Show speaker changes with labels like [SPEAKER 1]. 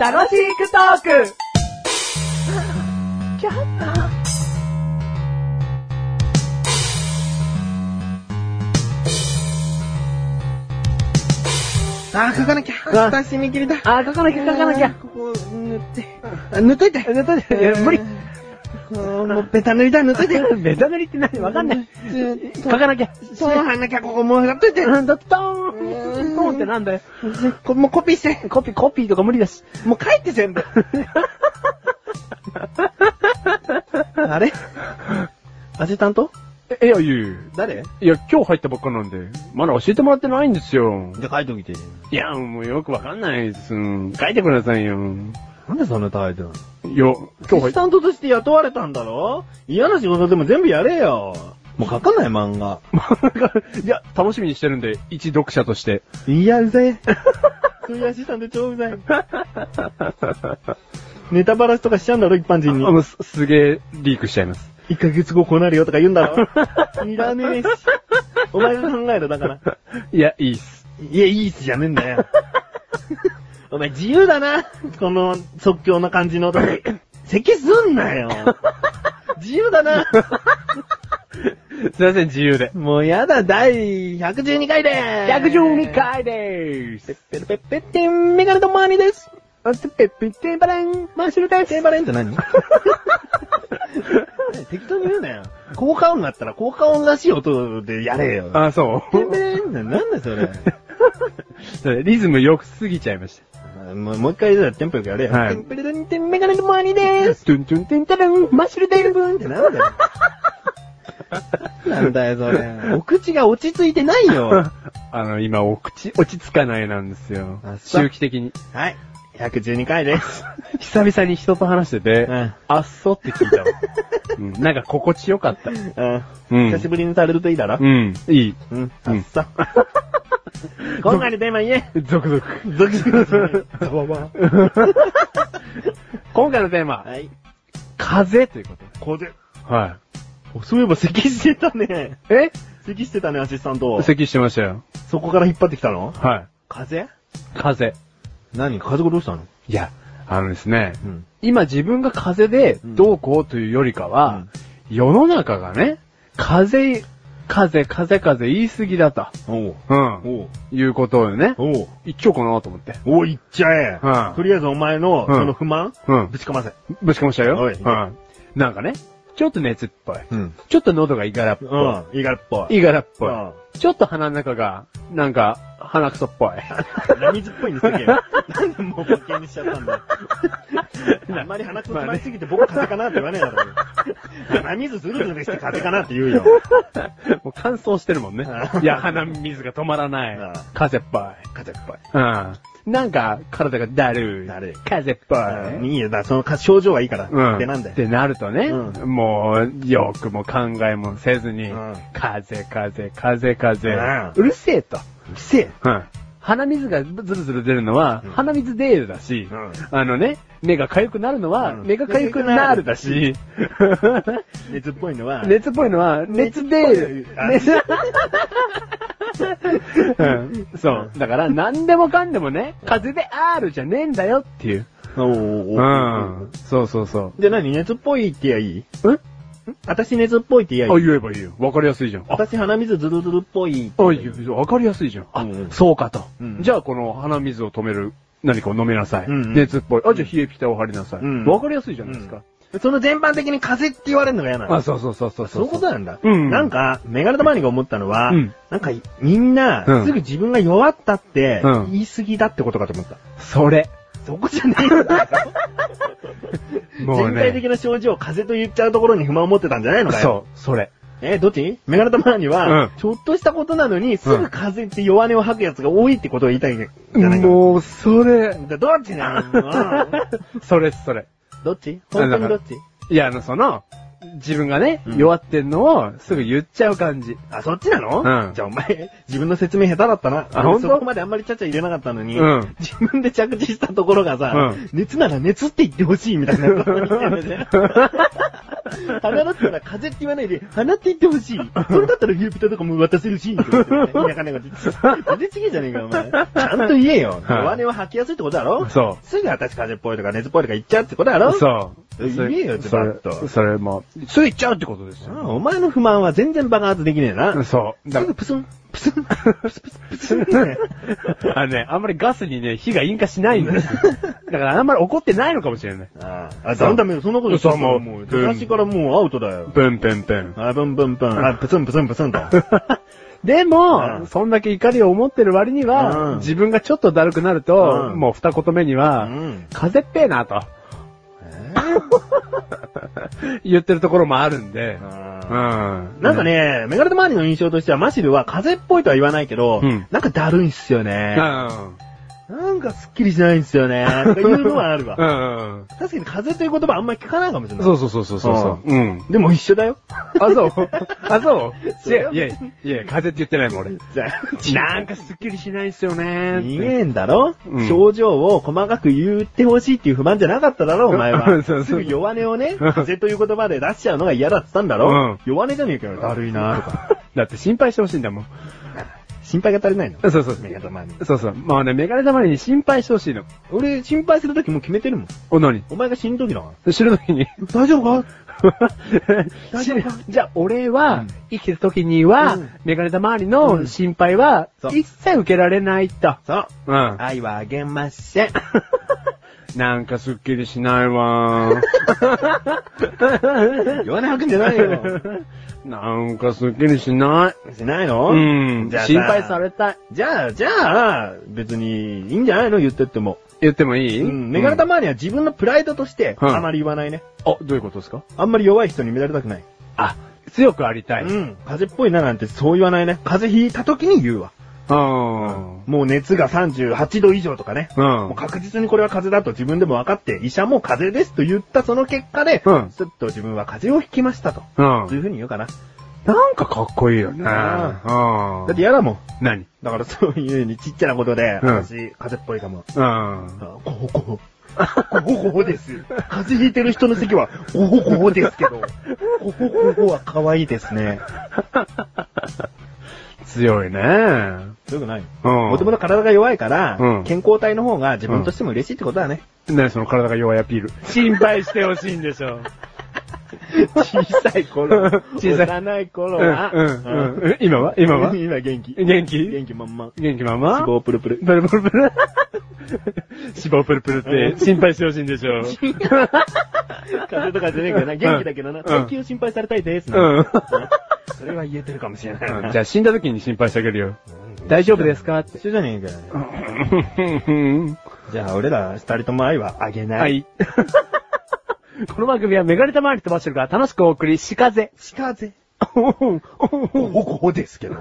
[SPEAKER 1] 楽しくトーク
[SPEAKER 2] あー、書かなきゃ。明日締め切りだ。
[SPEAKER 1] あ、書かなきゃ書かなき
[SPEAKER 2] あー
[SPEAKER 1] ゃ。
[SPEAKER 2] ここ、塗って。あ塗っといて。
[SPEAKER 1] 塗っといていや無理
[SPEAKER 2] あー。もう、ベタ塗りだ、塗っといて。
[SPEAKER 1] ベタ塗りって何わかんない。
[SPEAKER 2] ずーっと
[SPEAKER 1] 書かなきゃ。
[SPEAKER 2] そう、はなきゃ、ここもう、やっといて。
[SPEAKER 1] うんだ、ドーンドーンってなんだよ。
[SPEAKER 2] こもうコピーして。
[SPEAKER 1] コピー、コピーとか無理だし。
[SPEAKER 2] もう書いて全部。 あれアジタント
[SPEAKER 3] え、いや、いやいや
[SPEAKER 2] 誰じ
[SPEAKER 3] いや、今日入ったばっかなんで、まだ教えてもらってないんですよ。
[SPEAKER 2] ゃあ書いておいて。
[SPEAKER 3] いや、もうよくわかんないです。書いてくださいよ。
[SPEAKER 2] なんでそんな態度
[SPEAKER 3] いや、
[SPEAKER 2] ア
[SPEAKER 3] 今日入
[SPEAKER 2] シ
[SPEAKER 3] った。
[SPEAKER 2] タントとして雇われたんだろ嫌な仕事でも全部やれよ。もう書かない漫画。
[SPEAKER 3] いや、楽しみにしてるんで、一読者として。
[SPEAKER 2] いや、うざ い。そういうアシスタント超うざい。ネタバラシとかしちゃうんだろ、一般
[SPEAKER 3] あ
[SPEAKER 2] 人に。
[SPEAKER 3] もうすすげえ、リークしちゃいます。
[SPEAKER 2] 1ヶ月後こうなるよとか言うんだ ろ。いらねえし。お前が考えろ、だから。
[SPEAKER 3] いや、いいっす。
[SPEAKER 2] いや、いいっすじゃねえんだよ。 お前自由だな。この即興な感じの 時。咳すんなよ。自由だな。
[SPEAKER 3] すいません、自由で。
[SPEAKER 2] もうやだ、第112回でーす。
[SPEAKER 1] 112回でーす
[SPEAKER 2] ペッ。ペルペッペッテン、メガネとマーニーです。
[SPEAKER 1] あつぺっぴってばらん、マッシュルです。
[SPEAKER 2] テーバレンって何適当に言うなよ。効果音だったら効果音らしい音でやれよ。
[SPEAKER 3] あ、そ
[SPEAKER 2] テーバレンってなんだそれ。
[SPEAKER 3] う。リズム良くすぎちゃいまし
[SPEAKER 2] もうもう一回、テンポよくやれよ。
[SPEAKER 3] は
[SPEAKER 2] テ
[SPEAKER 3] い
[SPEAKER 2] ンペルテンテンメガネとマーニーで
[SPEAKER 3] た。
[SPEAKER 2] す。
[SPEAKER 3] トゥントゥントゥンタラン。
[SPEAKER 1] マッシュルでー
[SPEAKER 2] ってなんだよ。なんだよ、それ。お口が落ち着いてないよ。
[SPEAKER 3] あの、今、お口、落ち着かないなんですよ
[SPEAKER 2] あ。そう
[SPEAKER 3] 周期的に。
[SPEAKER 2] はい。112回です。
[SPEAKER 3] 久々に人と話してて、
[SPEAKER 2] うん
[SPEAKER 3] あっそって聞いたわ、うんなんか心地よかった。
[SPEAKER 2] うん。久しぶりにされるといいだろ
[SPEAKER 3] う。ん、いい。
[SPEAKER 2] うん。あっさ。今回のテーマ言え。
[SPEAKER 3] ゾクゾク。
[SPEAKER 2] ドキドキする。ザ ワワ
[SPEAKER 3] 今回のテーマ、
[SPEAKER 2] はい。
[SPEAKER 3] 風というこ
[SPEAKER 2] これ。
[SPEAKER 3] と。は
[SPEAKER 2] そういえば咳してたね。
[SPEAKER 3] い。え
[SPEAKER 2] 咳してたね、アシスタント。
[SPEAKER 3] 咳してましたよ。
[SPEAKER 2] そこから引っ張ってきたの
[SPEAKER 3] は
[SPEAKER 2] 風邪
[SPEAKER 3] い。風。
[SPEAKER 2] 何風邪がどうしたの
[SPEAKER 3] いや、あのですね、
[SPEAKER 2] ん。
[SPEAKER 3] 今自分が風邪で
[SPEAKER 2] うん
[SPEAKER 3] どうこうというよりかは、世の中がね、風、風、風、風言い過ぎだと。
[SPEAKER 2] おう。
[SPEAKER 3] うん。
[SPEAKER 2] おう。
[SPEAKER 3] いうことをね、
[SPEAKER 2] おう。
[SPEAKER 3] 言っちゃおうかなと思って。
[SPEAKER 2] おう、いっちゃえ。
[SPEAKER 3] うん
[SPEAKER 2] とりあえずお前の、
[SPEAKER 3] うん
[SPEAKER 2] その不満
[SPEAKER 3] うん
[SPEAKER 2] ぶちかませ。
[SPEAKER 3] ぶちかましたよ。
[SPEAKER 2] おい
[SPEAKER 3] うん。なんかね、ちょっと熱っぽい。
[SPEAKER 2] うん。
[SPEAKER 3] ちょっと喉がイガラっ
[SPEAKER 2] う
[SPEAKER 3] ぽ
[SPEAKER 2] ん。いがっぽ
[SPEAKER 3] い。
[SPEAKER 2] い。
[SPEAKER 3] イガラっぽ
[SPEAKER 2] うん
[SPEAKER 3] い。ちょっと鼻の中が、なんか、鼻くそっぽい。
[SPEAKER 2] 鼻水っぽいんですよ。なん でもうボケにしちゃったんだよ。あんまり鼻くそ詰まりすぎて僕風邪かなって言わねえだろ。鼻水ずるずるして風邪かなって言うよ。
[SPEAKER 3] もう乾燥してるもんね
[SPEAKER 2] う。ん
[SPEAKER 3] いや、鼻水が止まらない
[SPEAKER 2] うん。
[SPEAKER 3] 風っぽい。
[SPEAKER 2] 風邪っぽい。
[SPEAKER 3] うん。なんか、体がだるい。
[SPEAKER 2] だるい
[SPEAKER 3] 風っぽい。
[SPEAKER 2] いいよ、だからそのか症状はいいから。
[SPEAKER 3] うん。
[SPEAKER 2] でなんだ
[SPEAKER 3] っ
[SPEAKER 2] よ。
[SPEAKER 3] てなるとね、
[SPEAKER 2] う
[SPEAKER 3] もう、よくも考えもせずに、
[SPEAKER 2] うん
[SPEAKER 3] 風、風、風、風、
[SPEAKER 2] うん
[SPEAKER 3] うるせえと。
[SPEAKER 2] うるせえ。
[SPEAKER 3] うん。鼻水がズルズル出るのは、
[SPEAKER 2] うん
[SPEAKER 3] 鼻水デールだし、
[SPEAKER 2] うん
[SPEAKER 3] あのね、目が痒くなるのは、
[SPEAKER 2] うん
[SPEAKER 3] 目が痒くなるだし、
[SPEAKER 2] 熱っぽいのは、
[SPEAKER 3] 熱っぽいのは、熱デール。熱
[SPEAKER 2] 熱
[SPEAKER 3] うんそう。だから、何でもかんでもね、風邪であるじゃねえんだよっていう。
[SPEAKER 2] おーおーお
[SPEAKER 3] う
[SPEAKER 2] ー
[SPEAKER 3] ん。そうそうそ
[SPEAKER 2] じゃあ何熱っぽいって言えばいい
[SPEAKER 3] うん。あ、
[SPEAKER 2] 私熱っぽいって言えばいい
[SPEAKER 3] 言えばいいよ。わかりやすいじゃん。あ、
[SPEAKER 2] 私鼻水ズルズルっぽい。
[SPEAKER 3] あいいよわかりやすいじゃん。あ
[SPEAKER 2] うんうん、
[SPEAKER 3] そうかと
[SPEAKER 2] う。ん
[SPEAKER 3] じゃあ、この鼻水を止める何かを飲めなさい。
[SPEAKER 2] うんうん
[SPEAKER 3] 熱っぽい。あ、じゃあ、冷えピタを貼りなさ
[SPEAKER 2] うん
[SPEAKER 3] い。わかりやすいじゃないですか。
[SPEAKER 2] その全般的に風邪って言われるのが嫌なの。
[SPEAKER 3] あ、そうそうそうそう。
[SPEAKER 2] そういうことなんだ。
[SPEAKER 3] うん
[SPEAKER 2] なんか、メガネとマーニが思ったのは、
[SPEAKER 3] うん
[SPEAKER 2] なんか、みんな、
[SPEAKER 3] うん
[SPEAKER 2] すぐ自分が弱ったって、
[SPEAKER 3] うん
[SPEAKER 2] 言い過ぎだってことかと思った。
[SPEAKER 3] それ。
[SPEAKER 2] そこじゃないんだよ。
[SPEAKER 3] もう
[SPEAKER 2] 全体的
[SPEAKER 3] ね。
[SPEAKER 2] な症状を風邪と言っちゃうところに不満を持ってたんじゃないのかよ。
[SPEAKER 3] そう、それ。
[SPEAKER 2] え、どっちメガネとマーニは、
[SPEAKER 3] うん
[SPEAKER 2] ちょっとしたことなのに、すぐ風邪って弱音を吐くやつが多いってことを言いたいんじゃないか。
[SPEAKER 3] もう、それ。
[SPEAKER 2] だどっちな のうん
[SPEAKER 3] それ、それ。
[SPEAKER 2] どっち本当にどっち
[SPEAKER 3] いや、あの、その、自分がね、
[SPEAKER 2] うん
[SPEAKER 3] 弱ってんのをすぐ言っちゃう感じ。
[SPEAKER 2] あ、そっちなの
[SPEAKER 3] うん
[SPEAKER 2] じゃあお前、自分の説明下手だったな。
[SPEAKER 3] あほんと
[SPEAKER 2] そこまであんまりちゃちゃ入れなかったのに、
[SPEAKER 3] うん
[SPEAKER 2] 自分で着地したところがさ、
[SPEAKER 3] うん
[SPEAKER 2] 熱なら熱って言ってほしいみたいな。鼻だったら風って言わないで、鼻って言ってほしい。それだったら牛ピタとかも渡せるし、とか言ってね田舎のこと全然違えじゃねえか、お前。ちゃんと言えよ。
[SPEAKER 3] はい
[SPEAKER 2] 弱音は吐きやすいってことだろ
[SPEAKER 3] そ
[SPEAKER 2] すぐ私風邪っぽいとか熱っぽいとか言っちゃうってことだろ
[SPEAKER 3] う。そう。
[SPEAKER 2] 言えよズ
[SPEAKER 3] そ
[SPEAKER 2] バ
[SPEAKER 3] れ
[SPEAKER 2] ッ、と
[SPEAKER 3] それも、すぐ行っちゃうってことです
[SPEAKER 2] あ
[SPEAKER 3] よ。
[SPEAKER 2] あお前の不満は全然爆発できねえな。
[SPEAKER 3] そう。だ
[SPEAKER 2] す
[SPEAKER 3] か
[SPEAKER 2] ぐプスン、プスン、プスプス、プスン。
[SPEAKER 3] らあのね、あんまりガスにね、火が引火しないんですよ。 だからあんまり怒ってないのかもしれない。
[SPEAKER 2] ああ、ダメダメ、そんなことしたらもう、
[SPEAKER 3] そう
[SPEAKER 2] もう、
[SPEAKER 3] そう
[SPEAKER 2] 昔からもうアウトだよ。
[SPEAKER 3] ブンブンブン。
[SPEAKER 2] あ、ブンブンブン。あ、プスンプスンプスンと。
[SPEAKER 3] でも、
[SPEAKER 2] うん
[SPEAKER 3] そんだけ怒りを持ってる割には、
[SPEAKER 2] うん
[SPEAKER 3] 自分がちょっとだるくなると、
[SPEAKER 2] うん
[SPEAKER 3] もう二言目には、
[SPEAKER 2] うん
[SPEAKER 3] 風邪っぺえなと
[SPEAKER 2] え。
[SPEAKER 3] 言ってるところもあるんで。う。
[SPEAKER 2] なんんかね、メガネと周りの印象としては、マシルは風邪っぽいとは言わないけど、
[SPEAKER 3] うん
[SPEAKER 2] なんかだるいんすよ
[SPEAKER 3] う
[SPEAKER 2] ね。
[SPEAKER 3] ん。
[SPEAKER 2] なんかすっきりしないんすよね。とかいうのはあるわ。
[SPEAKER 3] うん。
[SPEAKER 2] 確かに風邪という言葉あんまり聞かないかもしれない。
[SPEAKER 3] そうそうそうそうそう。うん。
[SPEAKER 2] でも一緒だよ。
[SPEAKER 3] あ、 そう。あ、そう。い
[SPEAKER 2] れ
[SPEAKER 3] や
[SPEAKER 2] はい
[SPEAKER 3] や、いや、風邪って言ってないもん、俺。
[SPEAKER 2] じゃあ、
[SPEAKER 3] なんかすっきりしないんすよね
[SPEAKER 2] 言えんだろ、
[SPEAKER 3] うん
[SPEAKER 2] 症状を細かく言ってほしいっていう不満じゃなかっただろ、お前
[SPEAKER 3] そう
[SPEAKER 2] は。
[SPEAKER 3] そう
[SPEAKER 2] すぐ弱音をね、風邪という言葉で出しちゃうのが嫌だって言ったんだろ、
[SPEAKER 3] うん
[SPEAKER 2] 弱音じゃねえかよ、だるいなとか。
[SPEAKER 3] だって心配してほしいんだもん。
[SPEAKER 2] 心配が足りないの。
[SPEAKER 3] そうそうそう。
[SPEAKER 2] メガネ前に。
[SPEAKER 3] そうそう。まあね、メガネ玉に心配してほしいの。
[SPEAKER 2] 俺、心配するときもう決めてるもん。
[SPEAKER 3] お、なに
[SPEAKER 2] お前が死ぬときだか
[SPEAKER 3] 知るときに。
[SPEAKER 2] ら。大丈夫か
[SPEAKER 3] 知るじゃあ、俺は、
[SPEAKER 2] うん
[SPEAKER 3] 生きてる時には、
[SPEAKER 2] うん
[SPEAKER 3] メガネた周りの心配は、
[SPEAKER 2] そう
[SPEAKER 3] 一切受けられないと。
[SPEAKER 2] そう。
[SPEAKER 3] うん。
[SPEAKER 2] 愛はあげま せん。
[SPEAKER 3] なんかすっきりしない わ
[SPEAKER 2] 弱音吐くんじゃないよ。
[SPEAKER 3] ー。なんかすっきりしない。
[SPEAKER 2] しないの
[SPEAKER 3] うん。
[SPEAKER 2] じゃあ
[SPEAKER 3] 心配されたい。
[SPEAKER 2] じゃあ、じゃあ、別にいいんじゃないの言ってっても。
[SPEAKER 3] 言ってもいい、
[SPEAKER 2] うん。メガネたまには自分のプライドとして、
[SPEAKER 3] うん
[SPEAKER 2] あまり言わないね。
[SPEAKER 3] あ、どういうことですか
[SPEAKER 2] あんまり弱い人に見られたくない。
[SPEAKER 3] あ、強くありたい。
[SPEAKER 2] うん。風邪っぽいななんてそう言わないね。風邪ひいた時に言うわ。
[SPEAKER 3] うん。
[SPEAKER 2] もう熱が38度以上とかね。
[SPEAKER 3] うん。
[SPEAKER 2] もう確実にこれは風邪だと自分でも分かって、医者も風邪ですと言ったその結果で、
[SPEAKER 3] うん
[SPEAKER 2] ちょっと自分は風邪をひきましたと。
[SPEAKER 3] うん
[SPEAKER 2] そういう風に言うかな。だ
[SPEAKER 3] なんかかっこいいよね。うん。だ
[SPEAKER 2] って、嫌だもん。
[SPEAKER 3] 何
[SPEAKER 2] だからそういう風にちっちゃなことで、
[SPEAKER 3] うん
[SPEAKER 2] 私、風邪っぽいかも。
[SPEAKER 3] うん。
[SPEAKER 2] あごほごほ。ごほごほです。風邪ひいてる人の席は、ごほごほですけど、ごほごほは可愛いですね。
[SPEAKER 3] 強いね。
[SPEAKER 2] 強くないの
[SPEAKER 3] うん。
[SPEAKER 2] もともと体が弱いから、
[SPEAKER 3] うん
[SPEAKER 2] 健康体の方が自分としても嬉しいってことだね。
[SPEAKER 3] ね、その体が弱いアピール。心配してほしいんでし ょ。
[SPEAKER 2] 小さい頃、
[SPEAKER 3] 小さい
[SPEAKER 2] 幼い頃
[SPEAKER 3] うん、
[SPEAKER 2] は、
[SPEAKER 3] うん、うん。今は今は
[SPEAKER 2] 今元気。
[SPEAKER 3] 元気
[SPEAKER 2] 元気まんま。
[SPEAKER 3] 元気まま
[SPEAKER 2] 脂肪プルプル。
[SPEAKER 3] プルプルプル。 脂肪プルプルって心配してほしいんでしょ。
[SPEAKER 2] 風邪とかじゃねえけどな、元気だけどな、
[SPEAKER 3] うん
[SPEAKER 2] 最近を心配されたいですな。
[SPEAKER 3] うん。
[SPEAKER 2] それは言えてるかもしれないな。
[SPEAKER 3] じゃあ死んだ時に心配してあげるよ。
[SPEAKER 2] うん
[SPEAKER 3] 大丈夫ですかって。
[SPEAKER 2] 一緒じゃねえかよ。じゃあ俺ら二人とも愛はあげない。
[SPEAKER 3] はい。この番組はメガネたまわり飛ばしてるから楽しくお送り、しかぜ。
[SPEAKER 2] 近ぜ。
[SPEAKER 3] おほほ
[SPEAKER 2] ほほほですけど。